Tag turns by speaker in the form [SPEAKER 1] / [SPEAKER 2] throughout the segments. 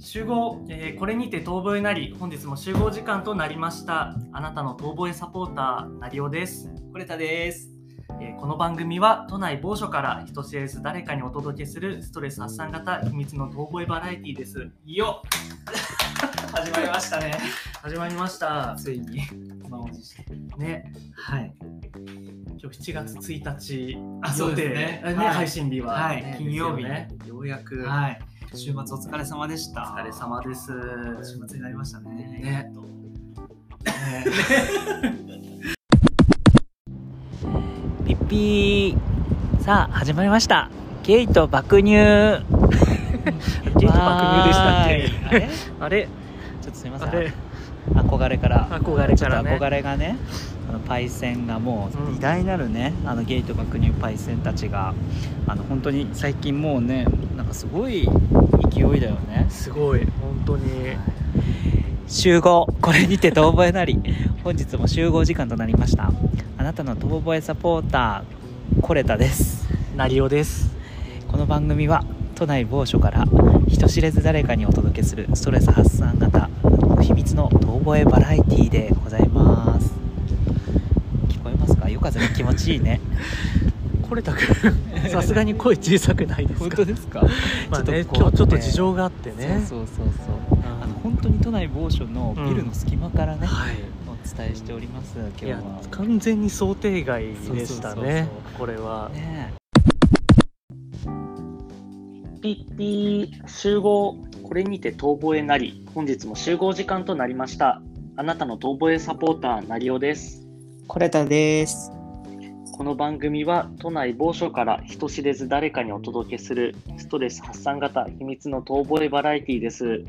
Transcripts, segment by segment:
[SPEAKER 1] 集合、えーこれにて遠吠えなり本日も集合時間となりましたあなたの遠吠えサポーターなりおです、
[SPEAKER 2] これたです。
[SPEAKER 1] えーこの番組は都内某所から人知れず誰かにお届けするストレス発散型秘密の遠吠えバラエティです
[SPEAKER 2] よ っ始まりましたね。
[SPEAKER 1] 始まりました
[SPEAKER 2] ついに満を持して。
[SPEAKER 1] ね
[SPEAKER 2] はい。
[SPEAKER 1] 今日7月1日
[SPEAKER 2] あそうですね
[SPEAKER 1] 予定
[SPEAKER 2] はい
[SPEAKER 1] 配信日は、
[SPEAKER 2] はい
[SPEAKER 1] ね
[SPEAKER 2] 金曜日
[SPEAKER 1] ですよねようやく、
[SPEAKER 2] はい。週末お疲れ様でした。
[SPEAKER 1] お疲れ様です
[SPEAKER 2] 週末になりましたね。
[SPEAKER 1] ね
[SPEAKER 2] ねピッピー。さあ始まりました。ゲート爆乳。ゲー
[SPEAKER 1] ゲー
[SPEAKER 2] ト
[SPEAKER 1] ト爆乳でしたっけ
[SPEAKER 2] あれ？ち
[SPEAKER 1] あれ
[SPEAKER 2] ょっとすみませ
[SPEAKER 1] あ
[SPEAKER 2] ん
[SPEAKER 1] れ。
[SPEAKER 2] 憧れから。
[SPEAKER 1] 憧れからね
[SPEAKER 2] ちょっと憧れがねあのパイセンがも
[SPEAKER 1] うん
[SPEAKER 2] う偉大なるね、あのゲート爆乳パイセンたちがあの本当に最近もうねなんかすごい勢いだよね
[SPEAKER 1] すごい本当に
[SPEAKER 2] 集合これにて遠吠えなり 本日も集合時間となりましたあなたの遠吠えサポーターコレタです
[SPEAKER 1] なりおです
[SPEAKER 2] この番組は都内某所から人知れず誰かにお届けするストレス発散型秘密の遠吠えバラエティーでございます聞こえますか夜風が気持ちい いね
[SPEAKER 1] これたくん さすがに声小さくないです
[SPEAKER 2] 本
[SPEAKER 1] か
[SPEAKER 2] 当です か
[SPEAKER 1] まあね、
[SPEAKER 2] ちょっとこう
[SPEAKER 1] 今日ちょっと事情があってね
[SPEAKER 2] そうそうそうそうあの本当に都内某所のビルの隙間からね、
[SPEAKER 1] はい
[SPEAKER 2] お伝えしております今日
[SPEAKER 1] いや
[SPEAKER 2] は
[SPEAKER 1] 完全に想定外でしたね
[SPEAKER 2] そうそうそう
[SPEAKER 1] これは
[SPEAKER 2] ね
[SPEAKER 1] ピッピー集合これにて遠吠えなり本日も集合時間となりましたあなたの遠吠えサポーターなりおです
[SPEAKER 2] コレタです
[SPEAKER 1] この番組は都内某所から人知れず誰かにお届けするストレス発散型秘密の遠吠えバラエティーです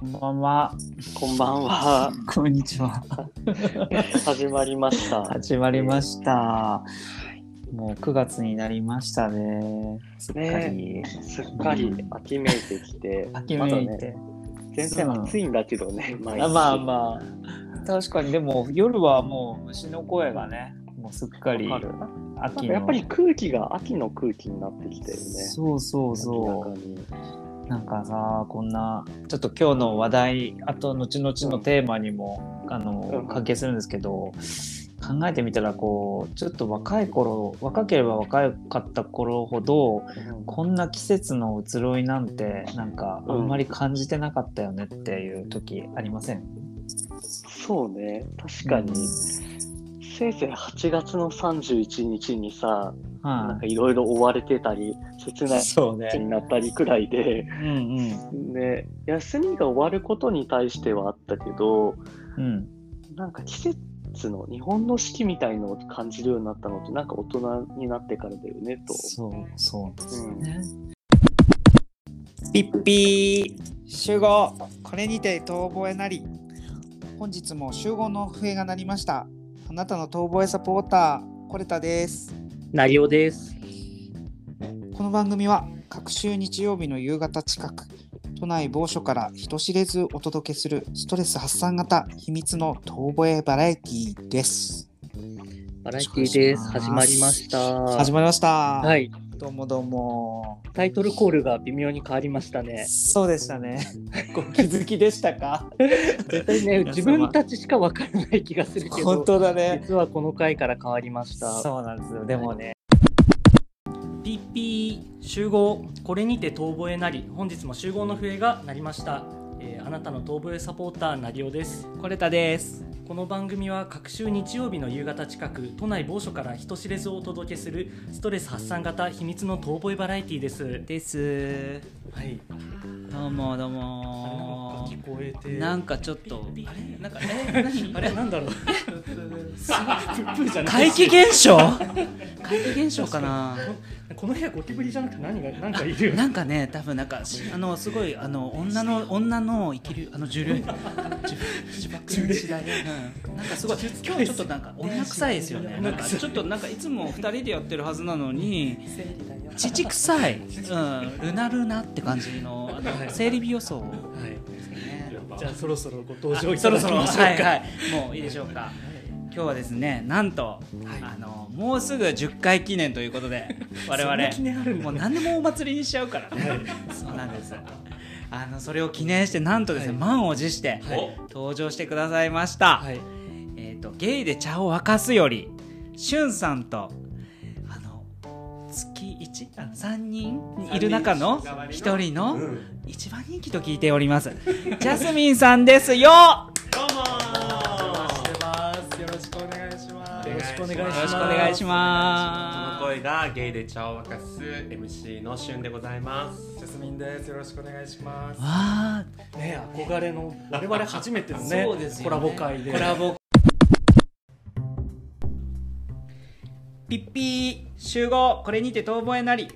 [SPEAKER 2] こんばんは
[SPEAKER 1] こんばんは
[SPEAKER 2] こんにちは
[SPEAKER 1] 始まりました
[SPEAKER 2] 始まりました。もう9月になりましたね。すっかり。
[SPEAKER 1] すっかり秋めいてきて
[SPEAKER 2] 秋めい
[SPEAKER 1] まだ
[SPEAKER 2] て
[SPEAKER 1] ね、全然暑いんだけどね、毎
[SPEAKER 2] あ
[SPEAKER 1] 日
[SPEAKER 2] まあまあ確かにでも夜はもう虫の声がねもうすっかり
[SPEAKER 1] わかるなん
[SPEAKER 2] 秋
[SPEAKER 1] か
[SPEAKER 2] の
[SPEAKER 1] やっぱり空気が秋の空気になってきてるね。
[SPEAKER 2] そうそうそ
[SPEAKER 1] 明らかに
[SPEAKER 2] うなんかさこんなちょっと今日の話題あと後々のテーマにも、あ
[SPEAKER 1] う
[SPEAKER 2] の
[SPEAKER 1] ん
[SPEAKER 2] 関係するんですけど考えてみたらこうちょっと若い頃若ければ若かった頃ほどこんな季節の移ろいなんてなんかあんまり感じてなかったよねっていう時ありません、
[SPEAKER 1] そうね、確かに。せいぜい8月の31日にさ、なん
[SPEAKER 2] は、
[SPEAKER 1] かいろいろ追われてたり、切ないい
[SPEAKER 2] そう
[SPEAKER 1] 気に
[SPEAKER 2] ね
[SPEAKER 1] なったりくらいで、
[SPEAKER 2] うんうん
[SPEAKER 1] ね、休みが終わることに対してはあったけど、
[SPEAKER 2] うん
[SPEAKER 1] なんか季節の日本の四季みたいのを感じるようになったのって、なんか大人になってからだよねと。
[SPEAKER 2] そうそうです
[SPEAKER 1] うん
[SPEAKER 2] ね、ピッピー集合これにて遠吠えなり
[SPEAKER 3] 本日も集合の笛が鳴りました。あなたの遠吠えサポーター、コレタです。
[SPEAKER 1] なりおです。
[SPEAKER 3] この番組は、各週日曜日の夕方近く、都内某所から人知れずお届けするストレス発散型秘密の遠吠えバラエティーです。
[SPEAKER 1] バラエティです。
[SPEAKER 2] よろし
[SPEAKER 1] 始
[SPEAKER 2] くお願
[SPEAKER 1] ま
[SPEAKER 2] い
[SPEAKER 1] り
[SPEAKER 2] し
[SPEAKER 1] ま
[SPEAKER 2] ま
[SPEAKER 1] した。
[SPEAKER 3] 始まりました。
[SPEAKER 1] はい、
[SPEAKER 3] どうもどうも。
[SPEAKER 1] タイトルコールが微妙に変わりましたね。
[SPEAKER 2] そうでした ねご気づきでしたか
[SPEAKER 1] 絶対ね、自分たちしかわからない気がするけど
[SPEAKER 2] 本、当だね
[SPEAKER 1] 実はこの回から変わりました。
[SPEAKER 2] そうなんですよでもね
[SPEAKER 1] ピッピー集合、これにて遠吠えなり、本日も集合の笛が鳴りました。えーあなたの遠吠えサポーターなりおです。
[SPEAKER 2] コレタです
[SPEAKER 1] この番組は各週日曜日の夕方近く、都内某所から人知れずお届けするストレス発散型秘密の遠吠えバラエティです。
[SPEAKER 2] です
[SPEAKER 1] はい。
[SPEAKER 2] どうも
[SPEAKER 1] あれな
[SPEAKER 2] どう
[SPEAKER 1] ん
[SPEAKER 2] も
[SPEAKER 1] か聞こえて。
[SPEAKER 2] なんかちょっとあれなんかえ何
[SPEAKER 1] あれなん だろう。
[SPEAKER 2] 怪奇現象怪奇現象かな
[SPEAKER 1] この部屋ゴキブリじゃなくて何が何かいるよね。
[SPEAKER 2] なんかね多分なんかしあのすごいあの女の女の生きるあの樹齢樹爆の時代、うん、なんかすごい今日ちょっとなんか女臭いですよねなんかちょっとなんかいつも二人でやってるはずなのに乳臭い、うん、ルナルナって感じのあの生理美予想
[SPEAKER 1] はい。
[SPEAKER 2] ですね
[SPEAKER 1] じゃあそろそろご登場いた
[SPEAKER 2] そろ
[SPEAKER 1] だき
[SPEAKER 2] そろ、
[SPEAKER 1] ましょうか。
[SPEAKER 2] はいはい、もういいでしょうか。今日はですね、なんと、あのもうすぐ10回記念とい うことで、我
[SPEAKER 1] そんな記
[SPEAKER 2] 々
[SPEAKER 1] 念あるんだ
[SPEAKER 2] もう何でもお祭りにしちゃうからね。そうなんです。ああのそれを記念してなんとですね、
[SPEAKER 1] はい
[SPEAKER 2] 満を持して
[SPEAKER 1] はい
[SPEAKER 2] 登場してくださいました、
[SPEAKER 1] はい
[SPEAKER 2] えっ、とゲイで茶を沸かすよりしゅんさんとあの月一あ3人いる中の
[SPEAKER 4] 三人
[SPEAKER 2] 1人
[SPEAKER 4] ど
[SPEAKER 2] の
[SPEAKER 4] うも
[SPEAKER 2] 一番人気と聞いておりますジャスミンさんですよ
[SPEAKER 4] ますよろしくお願いします
[SPEAKER 1] よろしくお願いしま
[SPEAKER 2] よろ
[SPEAKER 1] す
[SPEAKER 2] しくお願いし
[SPEAKER 4] そ
[SPEAKER 2] ま
[SPEAKER 4] の声がゲイで茶を沸かす MC のしゅんでございます
[SPEAKER 5] ジャスミンです。よろしくお願いします
[SPEAKER 2] わ。あ
[SPEAKER 1] ね憧れの我々初めてのね
[SPEAKER 2] そうですよね
[SPEAKER 1] コラボ会で
[SPEAKER 2] コラボピッピー集合これにて遠吠えなり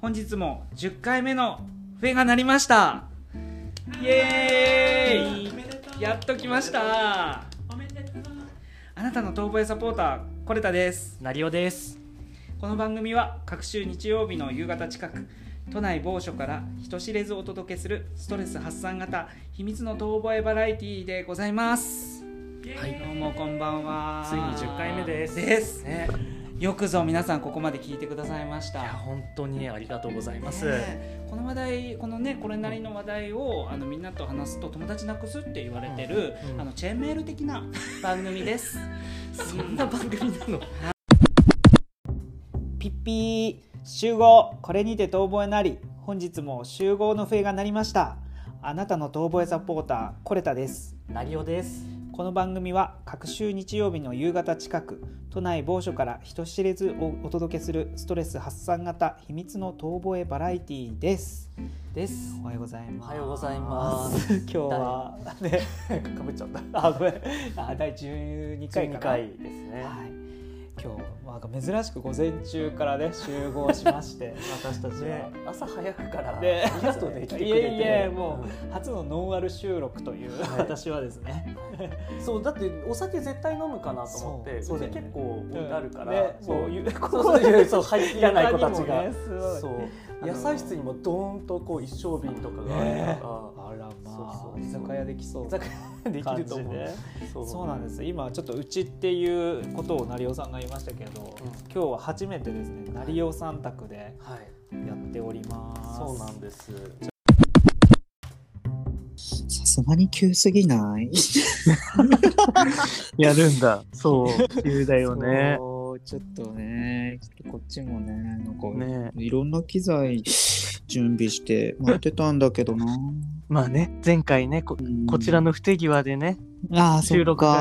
[SPEAKER 2] 本日も10回目の笛が鳴りましたイエーイやっと来ましたあなたの遠吠えサポーターコレタです
[SPEAKER 1] なりおです
[SPEAKER 2] この番組は各週日曜日の夕方近く都内某所から人知れずお届けするストレス発散型秘密の遠吠えバラエティーでございますはいどうもこんばんは
[SPEAKER 1] ついに10回目です
[SPEAKER 2] です
[SPEAKER 1] ね
[SPEAKER 2] よくぞ皆さんここまで聞いてくださいまし
[SPEAKER 1] いや
[SPEAKER 2] た
[SPEAKER 1] 本当にありがとうございます、
[SPEAKER 2] ねこの話題このねこれなりの話題をあのみんなと話すと友達なくすって言われてる、
[SPEAKER 1] うんうん
[SPEAKER 2] あのチェーンメール的 な番組です
[SPEAKER 1] そんな番組なの
[SPEAKER 2] ピッピー集合これにて遠吠えなり本日も集合の笛が鳴りましたあなたの遠吠えサポーターコレタです
[SPEAKER 1] なりおです
[SPEAKER 2] この番組は各週日曜日の夕方近く都内某所から人知れずをお届けするストレス発散型秘密の遠吠えバラエティーですですおはようございます
[SPEAKER 1] おはようございます
[SPEAKER 2] 今日はね かぶっちゃったあごめんあ第12回かな
[SPEAKER 1] ですね
[SPEAKER 2] はい、今日なんか珍しく午前中からね集合しまして
[SPEAKER 1] 私たちは、
[SPEAKER 2] ね
[SPEAKER 1] 朝早くから
[SPEAKER 2] で
[SPEAKER 1] ありがとうね来てくれて
[SPEAKER 2] いえいえもう初のノンアル収録という私はですね
[SPEAKER 1] うんそうだってお酒絶対飲むかなと思って
[SPEAKER 2] そう
[SPEAKER 1] う
[SPEAKER 2] そう
[SPEAKER 1] ち
[SPEAKER 2] だよね
[SPEAKER 1] 結構置いてあるから、
[SPEAKER 2] ね
[SPEAKER 1] そう
[SPEAKER 2] も
[SPEAKER 1] いううそうそういうそう入らない子たち
[SPEAKER 2] 他
[SPEAKER 1] が、
[SPEAKER 2] にもねすごい
[SPEAKER 1] そう
[SPEAKER 2] あの
[SPEAKER 1] 野菜室にもドーンとこう一升瓶とかがある
[SPEAKER 2] ね
[SPEAKER 1] か
[SPEAKER 2] あら
[SPEAKER 1] そ
[SPEAKER 2] ま
[SPEAKER 1] うそう
[SPEAKER 2] あ居酒屋できそう
[SPEAKER 1] 居酒ら、 できると思う、
[SPEAKER 2] 感じね
[SPEAKER 1] そう
[SPEAKER 2] そうなんです今ちょっとうちっていうことを成尾さんが言いましたけど、
[SPEAKER 1] うん
[SPEAKER 2] 今日は初めてですね成尾さん宅で
[SPEAKER 1] はい
[SPEAKER 2] やっております、
[SPEAKER 1] そうなんです
[SPEAKER 3] さすがに急すぎない
[SPEAKER 1] やる んだそう急だよ
[SPEAKER 3] そうちょっとね、ちょっとこっちもね、なんか、
[SPEAKER 1] ね
[SPEAKER 3] いろんな機材準備して待ってたんだけどな。
[SPEAKER 1] まあね前回ねこ
[SPEAKER 3] うん
[SPEAKER 1] の不手際でね
[SPEAKER 3] ああそ
[SPEAKER 1] た収録が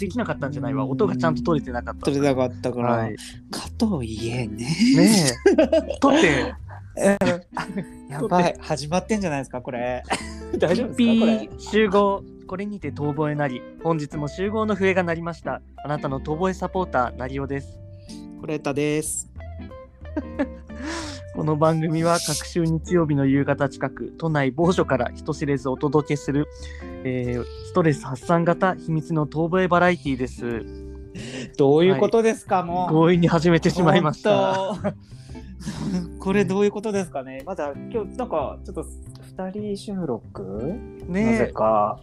[SPEAKER 1] できなかった
[SPEAKER 3] んじゃないわ音がちゃんと取れ
[SPEAKER 1] てなかっ
[SPEAKER 3] っか取れなかったから、
[SPEAKER 1] はい
[SPEAKER 3] かといえね。
[SPEAKER 1] ね え、撮って、
[SPEAKER 3] やばい、始まってんじゃないですか、これ。大
[SPEAKER 1] ピッピー集合。これにて遠吠えなり、本日も集合の笛が鳴りました。あなたの遠吠えサポーター、なりおです。
[SPEAKER 3] これたです。
[SPEAKER 1] この番組は各週日曜日の夕方近く、都内某所から人知れずお届けする、えーストレス発散型秘密の遠吠えバラエティーです。
[SPEAKER 2] どういうことですか、もう
[SPEAKER 1] 強引に始めてしまいました。
[SPEAKER 2] 本当。 これどういうことですかね。まだ今日なんかちょっと
[SPEAKER 3] 二人収録なぜ
[SPEAKER 1] ねえ、
[SPEAKER 3] か。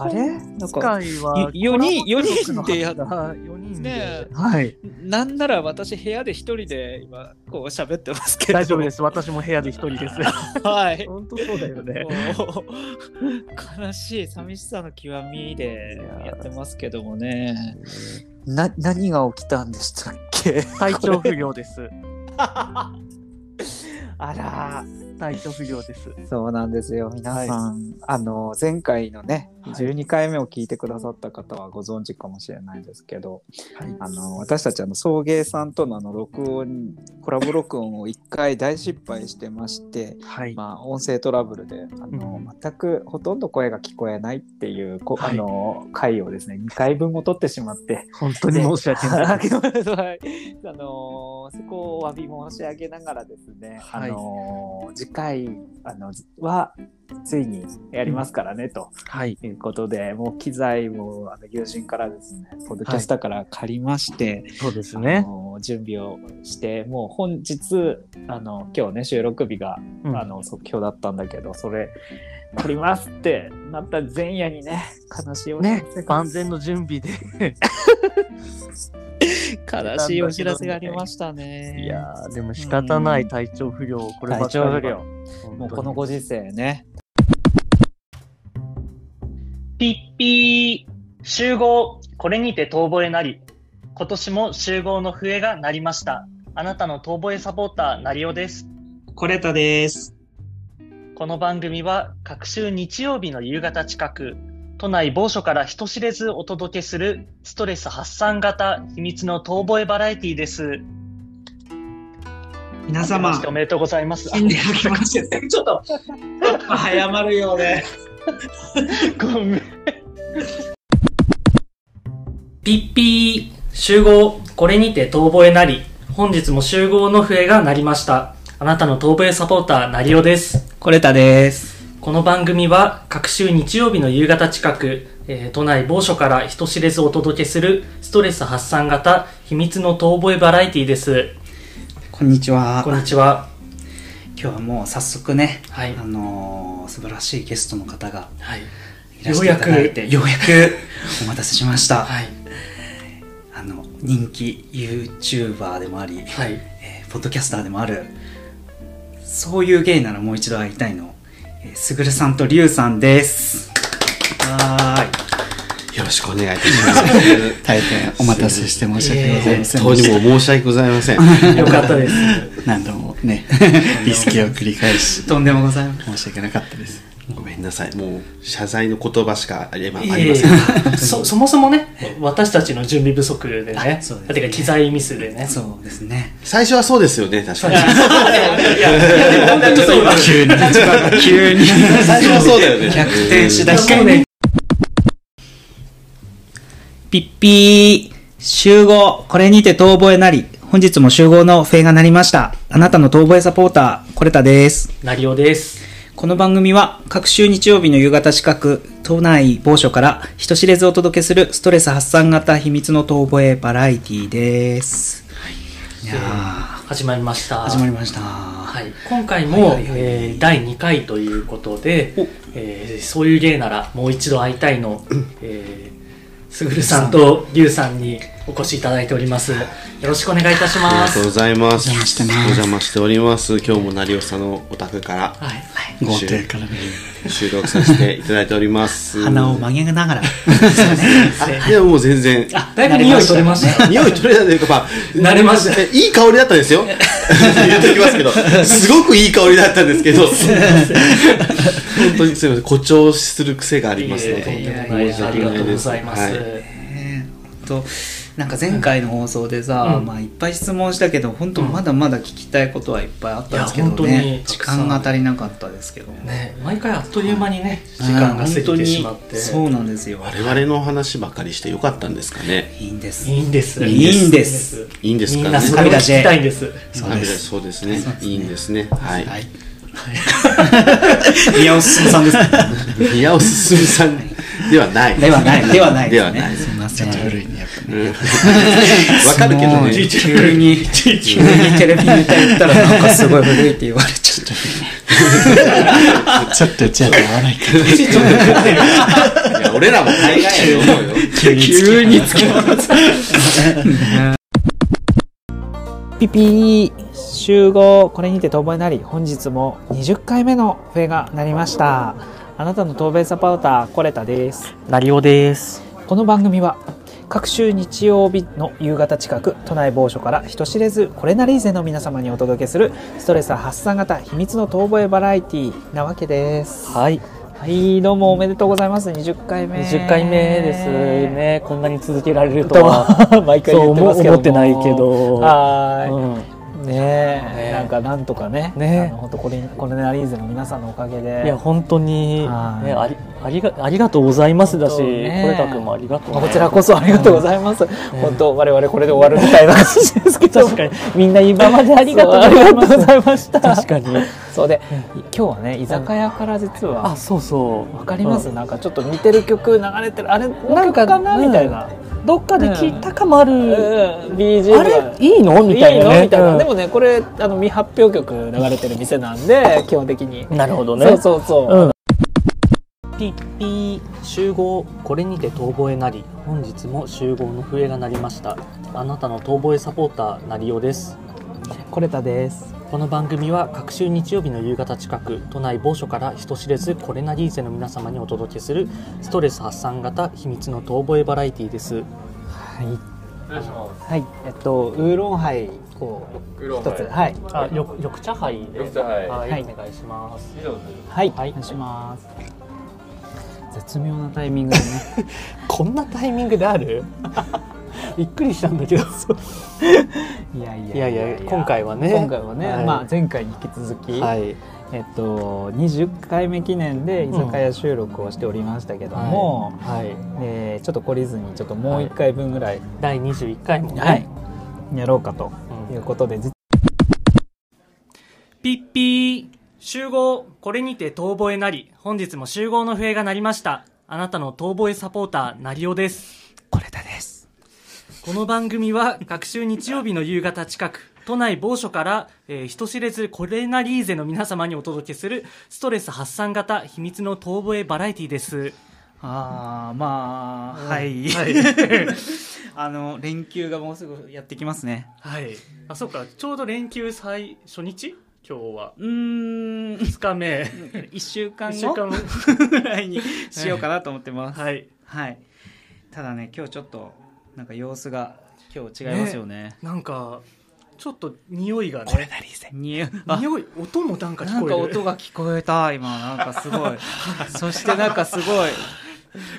[SPEAKER 3] あれなん
[SPEAKER 1] 次
[SPEAKER 3] か、
[SPEAKER 1] 回は
[SPEAKER 2] よ四人
[SPEAKER 1] コラボ収録の
[SPEAKER 2] 四人でや
[SPEAKER 1] はずだ4人で。
[SPEAKER 2] ねえ
[SPEAKER 1] はい。
[SPEAKER 2] なんなら私部屋で一人で今こう喋ってますけど。
[SPEAKER 1] 大丈夫です。私も部屋で一人です。
[SPEAKER 2] す。は い。
[SPEAKER 1] 本当そうだよね。
[SPEAKER 2] もう 悲しい寂しさの極みでやってますけどもね。
[SPEAKER 3] な、何が起きたんでしたっけ
[SPEAKER 1] 体調不良です。
[SPEAKER 3] あら、
[SPEAKER 1] 体調不良です。
[SPEAKER 3] そうなんですよ。皆さん、あの、前回のね、12回目を聞いてくださった方はご存知かもしれないですけど、あの、私たち、あの、送迎さんとのあの、録音、コラボ録音を1回大失敗してまして、
[SPEAKER 1] はい。
[SPEAKER 3] まあ、音声トラブルであの、
[SPEAKER 1] うん
[SPEAKER 3] 全くほとんど声が聞こえないっていうこ、
[SPEAKER 1] はい
[SPEAKER 3] あの回をですね2回分も取ってしまって
[SPEAKER 1] 本当に申し訳ない。
[SPEAKER 3] あごめんなさいあのそこをお詫び申し上げながらですね、
[SPEAKER 1] はい
[SPEAKER 3] あの次回あのはついにやりますからねと
[SPEAKER 1] はい。
[SPEAKER 3] いうことで、もう機材もあの友人からですねポッドキャスターから借りまして、
[SPEAKER 1] そうです
[SPEAKER 3] あ
[SPEAKER 1] ね。
[SPEAKER 3] の準備をしてもう本日あの今日ね収録日が
[SPEAKER 1] うん
[SPEAKER 3] あの即興だったんだけどそれ
[SPEAKER 6] 撮りますってなった前夜にね悲しいお知らせが
[SPEAKER 7] 万全の準備で
[SPEAKER 6] 悲しいお知らせがありましたね
[SPEAKER 7] いやーでも仕方ない体調不良こればっかりは
[SPEAKER 6] 体調不良
[SPEAKER 7] 本当に
[SPEAKER 6] もうこのご時世ね
[SPEAKER 1] ピッピー集合これにて遠吠えなり今年も集合の笛が鳴りましたあなたの遠吠えサポーターなりおです
[SPEAKER 8] コレタです。
[SPEAKER 1] この番組は各週日曜日の夕方近く都内某所から人知れずお届けするストレス発散型秘密の遠吠えバラエティーです
[SPEAKER 8] 皆
[SPEAKER 1] 明けま
[SPEAKER 8] 様
[SPEAKER 1] してお、めでとうございます
[SPEAKER 8] 新年明けまして、ちょっと、ちょっと早まるようで。
[SPEAKER 1] ごめんピッピー集合これにて遠吠えなり本日も集合の笛が鳴りましたあなたの遠吠えサポーターなりおです
[SPEAKER 8] コレタです。
[SPEAKER 1] この番組は各週日曜日の夕方近く、えー都内某所から人知れずお届けするストレス発散型秘密の遠吠えバラエティーです
[SPEAKER 2] こんにちは
[SPEAKER 1] こんにちは
[SPEAKER 2] 今日はもう早速ね、
[SPEAKER 1] はい
[SPEAKER 2] あのー素晴らしいゲストの方が
[SPEAKER 1] はい
[SPEAKER 2] いらしていただいてようやく お待たせしました、
[SPEAKER 1] はい
[SPEAKER 2] あの人気 YouTuber でもあり、
[SPEAKER 1] はい
[SPEAKER 2] えーポッドキャスターでもあるそういうゲイならもう一度会いたいの、えー、すぐるさんとりゅうさんですはー
[SPEAKER 9] よろしくお願いいたします。
[SPEAKER 2] い大変お待たせして申し訳ございません
[SPEAKER 9] 本
[SPEAKER 2] で
[SPEAKER 9] 当に
[SPEAKER 2] し
[SPEAKER 9] も
[SPEAKER 2] た
[SPEAKER 9] う申し訳ございませ ん。
[SPEAKER 1] よかったです
[SPEAKER 2] 何度もねリスケを繰り返しとんでもございません申し訳なかったです
[SPEAKER 9] ごめんなさい。もう謝罪の言葉しかありまあ
[SPEAKER 1] いえ
[SPEAKER 9] り
[SPEAKER 1] い
[SPEAKER 9] ません。
[SPEAKER 1] えそそもそもね私たちの準備不足でね
[SPEAKER 2] あそうですね
[SPEAKER 1] だってか機材ミスでね
[SPEAKER 2] そうですね
[SPEAKER 9] 最初はそうですよね、確かに。
[SPEAKER 2] 急に急に
[SPEAKER 9] 最初はそうだよね。
[SPEAKER 2] 逆転しだし
[SPEAKER 1] もうね
[SPEAKER 2] ピッピー集合これにて遠吠えなり本日も集合の笛が鳴りましたあなたの遠吠えサポーターコレタです
[SPEAKER 1] なりおです
[SPEAKER 2] この番組は各週日曜日の夕方近く都内某所から人知れずお届けするストレス発散型秘密の遠吠えバラエティーです、い、やー
[SPEAKER 1] 始まりました
[SPEAKER 2] 始まりました
[SPEAKER 1] はい、今回も、
[SPEAKER 2] はいはいはい
[SPEAKER 1] えー第2回ということで
[SPEAKER 2] お、
[SPEAKER 1] えーそういう芸ならもう一度会いたいの、えー、すぐるさんとりゅうさんにお越しいただいておりますよろしくお願いいたし
[SPEAKER 9] あり
[SPEAKER 1] ま
[SPEAKER 9] がとう
[SPEAKER 1] す
[SPEAKER 9] ございます。
[SPEAKER 2] お邪魔して
[SPEAKER 9] お
[SPEAKER 2] ます
[SPEAKER 9] 邪魔しております。今日も成尾さんのお宅から
[SPEAKER 1] はい、
[SPEAKER 2] 豪邸からね
[SPEAKER 9] 収録させていただいてお ります。
[SPEAKER 2] 鼻を曲げなが ら
[SPEAKER 9] いや、もう全 然。
[SPEAKER 1] だいぶ匂い取れました
[SPEAKER 9] 匂い取れないというか、まあ、。
[SPEAKER 1] 慣れました
[SPEAKER 9] いい香りだったんで すよ。言っておきますけど、すごくいい香りだったんですけど、本当にすみません、誇張する癖がありますの
[SPEAKER 1] いえいえ
[SPEAKER 9] で、
[SPEAKER 1] いえありがとうございます、
[SPEAKER 9] は
[SPEAKER 2] ねえほんとなんか前回の放送でさ、
[SPEAKER 1] うん
[SPEAKER 2] まあ、いっぱい質問したけど本当まだまだ聞きたいことはいっぱいあったんですけど
[SPEAKER 1] いや本当
[SPEAKER 2] ね
[SPEAKER 1] に
[SPEAKER 2] 時間が足りなかったですけど
[SPEAKER 1] ね、毎回あっという間にね時間が過ぎてしまっ
[SPEAKER 2] 本当
[SPEAKER 1] て
[SPEAKER 2] にそうなんですよ
[SPEAKER 9] 我々の話ばかりしてよかったんですかね。
[SPEAKER 2] いいんです
[SPEAKER 1] いいんです
[SPEAKER 2] いいんです
[SPEAKER 9] いいんです
[SPEAKER 1] み
[SPEAKER 9] か
[SPEAKER 1] ん
[SPEAKER 9] ね
[SPEAKER 1] な。それを聞きたいんです
[SPEAKER 9] そうですそうですね。いいんですね。はい。
[SPEAKER 2] はい宮尾進さんですね
[SPEAKER 9] 宮尾進さんではない。
[SPEAKER 2] ではないではない
[SPEAKER 9] ですは
[SPEAKER 2] ね
[SPEAKER 9] ない。
[SPEAKER 2] すいません
[SPEAKER 7] 古いねやっぱね
[SPEAKER 9] うんわかるけど
[SPEAKER 2] もう
[SPEAKER 9] ね。
[SPEAKER 2] 急に急にテレビネタ言ったらなんかすごい古いって言われちゃった
[SPEAKER 7] ちょっとうちは合わないけど
[SPEAKER 9] いや俺らも大概やと思うよ。
[SPEAKER 2] 急に急につき
[SPEAKER 6] ピピー集合これにて遠吠えなり本日も20回目の笛が鳴りましたあなたの東米サポーターコレタです
[SPEAKER 1] なりおです
[SPEAKER 6] この番組は各週日曜日の夕方近く都内某所から人知れずこれなり勢の皆様にお届けするストレス発散型秘密の遠吠えバラエティーなわけですはいはいどうもおめでとうございます20回目
[SPEAKER 1] 20回目ですねこんなに続けられると
[SPEAKER 6] と
[SPEAKER 1] は
[SPEAKER 6] は 毎回
[SPEAKER 1] そう
[SPEAKER 6] 言って
[SPEAKER 1] 思
[SPEAKER 6] ますけども
[SPEAKER 1] 思ってないけど
[SPEAKER 6] はーい、
[SPEAKER 1] うん
[SPEAKER 6] ねえ
[SPEAKER 1] ねえ
[SPEAKER 6] なんかなんとかね
[SPEAKER 1] ねえ
[SPEAKER 6] あの本当これこれねアリーゼの皆さんのおかげで
[SPEAKER 1] いや本当に、ね、
[SPEAKER 6] はい
[SPEAKER 1] ありありがありがとうございますだし、
[SPEAKER 6] 本当ね
[SPEAKER 1] これたくんもありがとうね、
[SPEAKER 6] こちらこそありがとうございます、本当我々これで終わるみたいな話ですけど
[SPEAKER 1] 確かに
[SPEAKER 6] みんな今までありがとうございましたした
[SPEAKER 1] 確 かに
[SPEAKER 6] そうで今日はね居酒屋から実
[SPEAKER 1] あ
[SPEAKER 6] は
[SPEAKER 1] そうそう
[SPEAKER 6] わかります、なんかちょっと似てる曲流れてるあれなんかかな、みたいな、
[SPEAKER 1] どっかで聞いたかもある、
[SPEAKER 6] うん BGM が
[SPEAKER 1] あれいいのみたいな、ね、
[SPEAKER 6] のみたいな、
[SPEAKER 1] うん
[SPEAKER 6] でもねこれあの未発表曲流れてる店なんで基本的に
[SPEAKER 1] なるほどね
[SPEAKER 6] そうそうそう、
[SPEAKER 1] うん
[SPEAKER 10] ピッピー集合これにて遠吠えなり本日も集合の笛が鳴りましたあなたの遠吠えサポーターなりおです
[SPEAKER 6] コレタです
[SPEAKER 10] この番組は各週日曜日の夕方近く都内某所から人知れずコレナリーゼの皆様にお届けするストレス発散型秘密の遠吠えバラエティーです
[SPEAKER 6] はい
[SPEAKER 4] は
[SPEAKER 6] はいえっとウーロンハイを
[SPEAKER 4] ウーロン
[SPEAKER 6] 一
[SPEAKER 4] ハイ
[SPEAKER 6] つはい
[SPEAKER 10] あよ緑茶杯で
[SPEAKER 4] 緑茶杯
[SPEAKER 10] はい、
[SPEAKER 6] はい
[SPEAKER 10] お願いします
[SPEAKER 6] はい、
[SPEAKER 10] はい
[SPEAKER 6] お願いします絶妙なタイミングでね
[SPEAKER 10] こんなタイミングであるびっくりしたんだけど
[SPEAKER 6] いやい
[SPEAKER 10] いやいや今回はね
[SPEAKER 6] 今回はね、
[SPEAKER 10] はい
[SPEAKER 6] まあ前回に引き続き、
[SPEAKER 10] はい
[SPEAKER 6] えっと20回目記念で居酒屋収録をしておりましたけども、
[SPEAKER 10] はい
[SPEAKER 6] えーちょっと懲りずにちょっともう一回分ぐらい、
[SPEAKER 10] 第21回もね、
[SPEAKER 6] はい、やろうかということで、実
[SPEAKER 1] ピッピー集合これにて遠吠えなり本日も集合の笛が鳴りましたあなたの遠吠えサポーターなりおです
[SPEAKER 6] これだです
[SPEAKER 1] この番組は各週日曜日の夕方近く都内某所から、えー人知れずコレナリーゼの皆様にお届けするストレス発散型秘密の遠吠えバラエティです
[SPEAKER 2] ああまあ、はい、 あの連休がもうすぐやってきますね
[SPEAKER 1] はいあそうかちょうど連休最初日今日は
[SPEAKER 2] うーん
[SPEAKER 1] 2日目
[SPEAKER 2] 1週間
[SPEAKER 1] 一
[SPEAKER 2] 後
[SPEAKER 1] 後
[SPEAKER 2] ぐらいにしようかなと思ってます
[SPEAKER 1] はい
[SPEAKER 2] はいただね今日ちょっとなんか様子が今日違いますよね
[SPEAKER 1] なんかちょっと匂いがね
[SPEAKER 2] にあ
[SPEAKER 1] 匂い音もなんか
[SPEAKER 2] な
[SPEAKER 1] 聞
[SPEAKER 2] ん
[SPEAKER 1] こえ
[SPEAKER 2] か
[SPEAKER 1] る
[SPEAKER 2] 音が聞こえた今なんかすごいそしてなんかすごい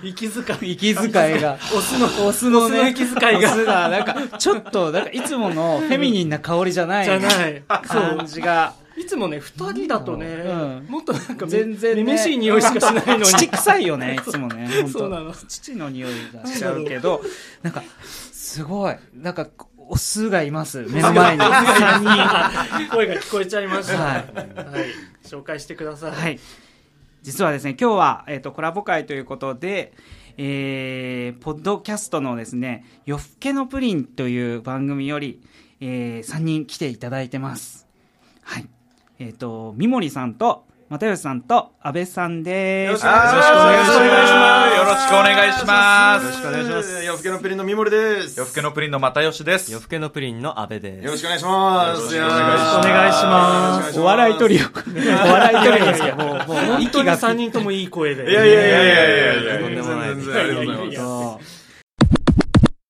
[SPEAKER 1] 息遣い
[SPEAKER 2] 息遣いがオスのオスのね
[SPEAKER 1] オスの息遣いが
[SPEAKER 2] オスがなんかちょっとなんかいつものフェミニンな香りじゃない
[SPEAKER 1] じゃない
[SPEAKER 2] 感じが
[SPEAKER 1] いつもね2人だとね、
[SPEAKER 2] うん
[SPEAKER 1] もっとなんかめ
[SPEAKER 2] 全然ね
[SPEAKER 1] めめしい匂いしかしないのに
[SPEAKER 2] 乳臭い よねいつもね本当
[SPEAKER 1] そうなの
[SPEAKER 2] 父の匂いがしちゃうけどなんかすごいなんかオスがいます目の前に3人
[SPEAKER 1] 声が聞こえちゃいました
[SPEAKER 2] は
[SPEAKER 1] はいい、紹介してください、
[SPEAKER 2] はい。実はですね、今日は、えっ、と、コラボ会ということで、えー、ポッドキャストのですね、夜更けのプリンという番組より、えー、3人来ていただいてます。はい。えっ、と、三森さんと、又吉さんと、安倍さんです。
[SPEAKER 5] よろしくお願いします。
[SPEAKER 11] よろしくお願いします。
[SPEAKER 5] よろしくお願いします。夜更けのプリンの三森です。
[SPEAKER 11] 夜更けのプリンの又吉です。
[SPEAKER 12] 夜更けのプリンの阿部です。
[SPEAKER 5] よろしくお願いします。よろしくお
[SPEAKER 1] 願いします
[SPEAKER 5] お笑い トリオ。
[SPEAKER 1] お笑い取りです
[SPEAKER 5] けど
[SPEAKER 1] もうもう本当に3人ともいい声で
[SPEAKER 5] いやいやいやいやいやいや
[SPEAKER 12] とんでもない
[SPEAKER 5] 全然全然ありがとうございます。